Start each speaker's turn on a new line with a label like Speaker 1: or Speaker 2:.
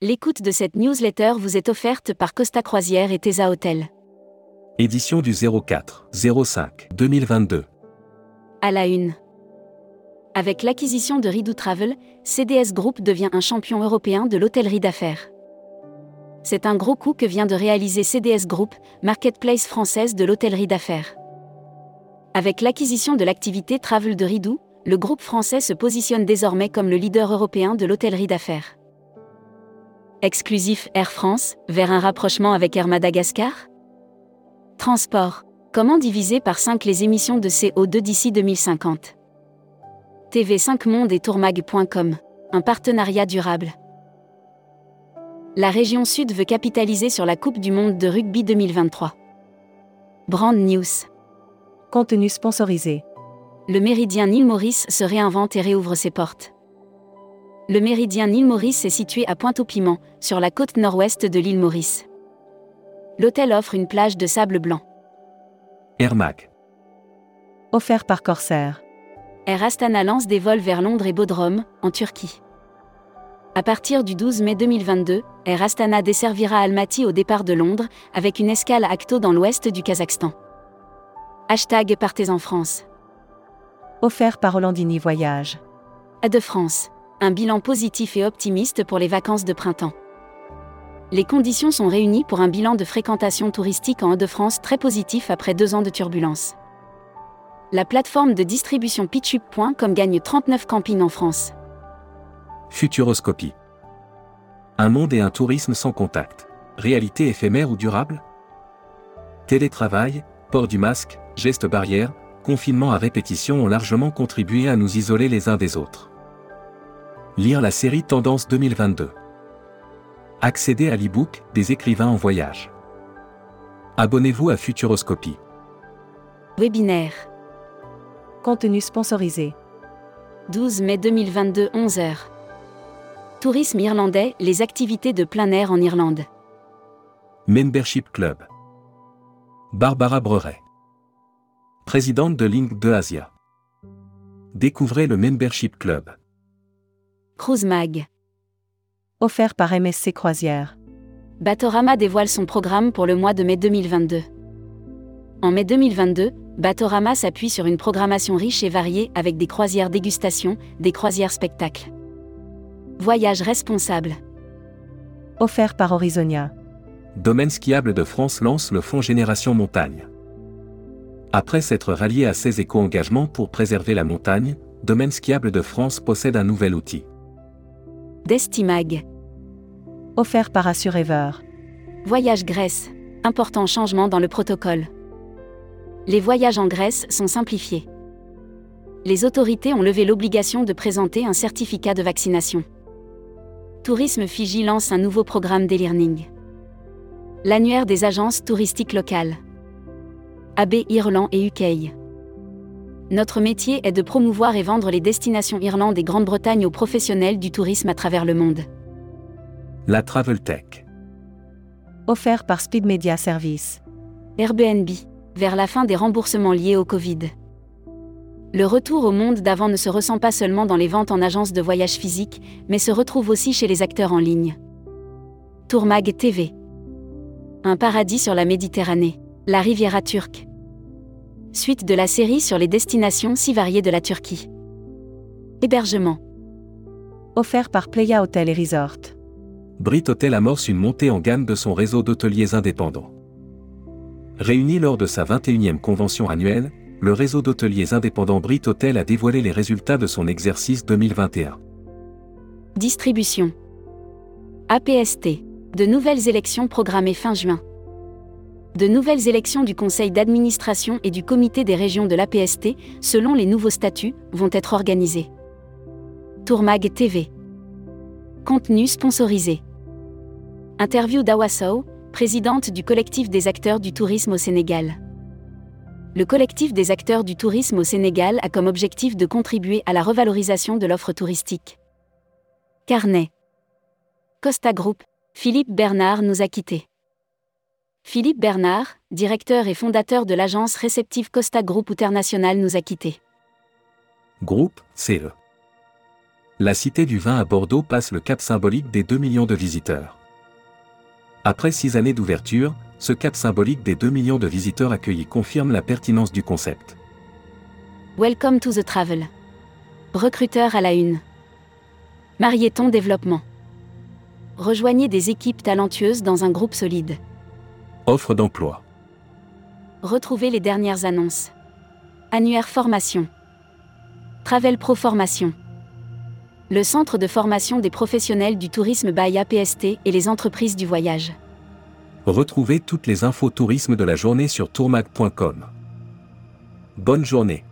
Speaker 1: L'écoute de cette newsletter vous est offerte par Costa Croisière et Tesa Hotel.
Speaker 2: Édition du 04 05 2022.
Speaker 1: À la une. Avec l'acquisition de Ridout Travel, CDS Group devient un champion européen de l'hôtellerie d'affaires. C'est un gros coup que vient de réaliser CDS Group, marketplace française de l'hôtellerie d'affaires. Avec l'acquisition de l'activité Travel de Ridout, le groupe français se positionne désormais comme le leader européen de l'hôtellerie d'affaires. Exclusif Air France, vers un rapprochement avec Air Madagascar Transport. Comment diviser par 5 les émissions de CO2 d'ici 2050 TV5 Monde et tourmag.com. Un partenariat durable. La région Sud veut capitaliser sur la Coupe du Monde de rugby 2023. Brand News.
Speaker 3: Contenu sponsorisé.
Speaker 1: Le méridien Île Maurice se réinvente et réouvre ses portes. Le méridien Île Maurice est situé à Pointe-au-Piment, sur la côte nord-ouest de l'île Maurice. L'hôtel offre une plage de sable blanc.
Speaker 2: Airmac.
Speaker 3: Offert par Corsair.
Speaker 1: Air Astana lance des vols vers Londres et Bodrum, en Turquie. À partir du 12 mai 2022, Air Astana desservira Almaty au départ de Londres, avec une escale à Acto dans l'ouest du Kazakhstan. Hashtag Partez en France.
Speaker 3: Offert par Hollandini Voyage.
Speaker 1: À de France. Un bilan positif et optimiste pour les vacances de printemps. Les conditions sont réunies pour un bilan de fréquentation touristique en Hauts-de-France très positif après deux ans de turbulences. La plateforme de distribution pitchup.com gagne 39 campings en France.
Speaker 2: Futuroscopie. Un monde et un tourisme sans contact. Réalité éphémère ou durable Télétravail, port du masque, gestes barrières, confinement à répétition ont largement contribué à nous isoler les uns des autres. Lire la série Tendance 2022. Accéder à l'e-book des écrivains en voyage. Abonnez-vous à Futuroscopie.
Speaker 1: Webinaire.
Speaker 3: Contenu sponsorisé.
Speaker 1: 12 mai 2022, 11h. Tourisme irlandais, les activités de plein air en Irlande.
Speaker 2: Membership Club. Barbara Breuret. Présidente de Link 2 Asia. Découvrez le Membership Club.
Speaker 1: Cruise Mag.
Speaker 3: Offert par MSC Croisière.
Speaker 1: Batorama dévoile son programme pour le mois de mai 2022. En mai 2022, Batorama s'appuie sur une programmation riche et variée avec des croisières dégustation, des croisières spectacles. Voyage responsable.
Speaker 3: Offert par Horizonia.
Speaker 2: Domaine skiable de France lance le fonds Génération Montagne. Après s'être rallié à ses éco-engagements pour préserver la montagne, Domaine skiable de France possède un nouvel outil.
Speaker 1: Destimag.
Speaker 3: Offert par Assurever.
Speaker 1: Voyage Grèce. Important changement dans le protocole. Les voyages en Grèce sont simplifiés. Les autorités ont levé l'obligation de présenter un certificat de vaccination. Tourisme Fiji lance un nouveau programme d'e-learning. L'annuaire des agences touristiques locales. AB Irland et UK. Notre métier est de promouvoir et vendre les destinations Irlande et Grande-Bretagne aux professionnels du tourisme à travers le monde.
Speaker 2: La Travel Tech.
Speaker 3: Offert par Speed Media Service.
Speaker 1: Airbnb, vers la fin des remboursements liés au Covid. Le retour au monde d'avant ne se ressent pas seulement dans les ventes en agence de voyage physique, mais se retrouve aussi chez les acteurs en ligne. Tourmag TV. Un paradis sur la Méditerranée, la Riviera turque. Suite de la série sur les destinations si variées de la Turquie. Hébergement.
Speaker 3: Offert par Playa Hotel et Resort.
Speaker 2: Brit Hotel amorce une montée en gamme de son réseau d'hôteliers indépendants. Réuni lors de sa 21e convention annuelle, le réseau d'hôteliers indépendants Brit Hotel a dévoilé les résultats de son exercice 2021.
Speaker 1: Distribution. APST. De nouvelles élections programmées fin juin. De nouvelles élections du conseil d'administration et du comité des régions de l'APST, selon les nouveaux statuts, vont être organisées. Tourmag TV. Contenu sponsorisé. Interview d'Awassao, présidente du collectif des acteurs du tourisme au Sénégal. Le collectif des acteurs du tourisme au Sénégal a comme objectif de contribuer à la revalorisation de l'offre touristique. Carnet. Costa Group, Philippe Bernard nous a quittés. Philippe Bernard, directeur et fondateur de l'agence réceptive Costa Group International nous a quittés.
Speaker 2: Groupe CE. la Cité du Vin à Bordeaux passe le cap symbolique des 2 millions de visiteurs. Après six années d'ouverture, ce cap symbolique des 2 millions de visiteurs accueillis confirme la pertinence du concept.
Speaker 1: Welcome to the travel. Recruteur à la une. Marieton Développement. Rejoignez des équipes talentueuses dans un groupe solide.
Speaker 2: Offre d'emploi.
Speaker 1: Retrouvez les dernières annonces. Annuaire formation. Travel Pro Formation. Le centre de formation des professionnels du tourisme Bahia PST et les entreprises du voyage.
Speaker 2: Retrouvez toutes les infos tourisme de la journée sur tourmag.com. Bonne journée.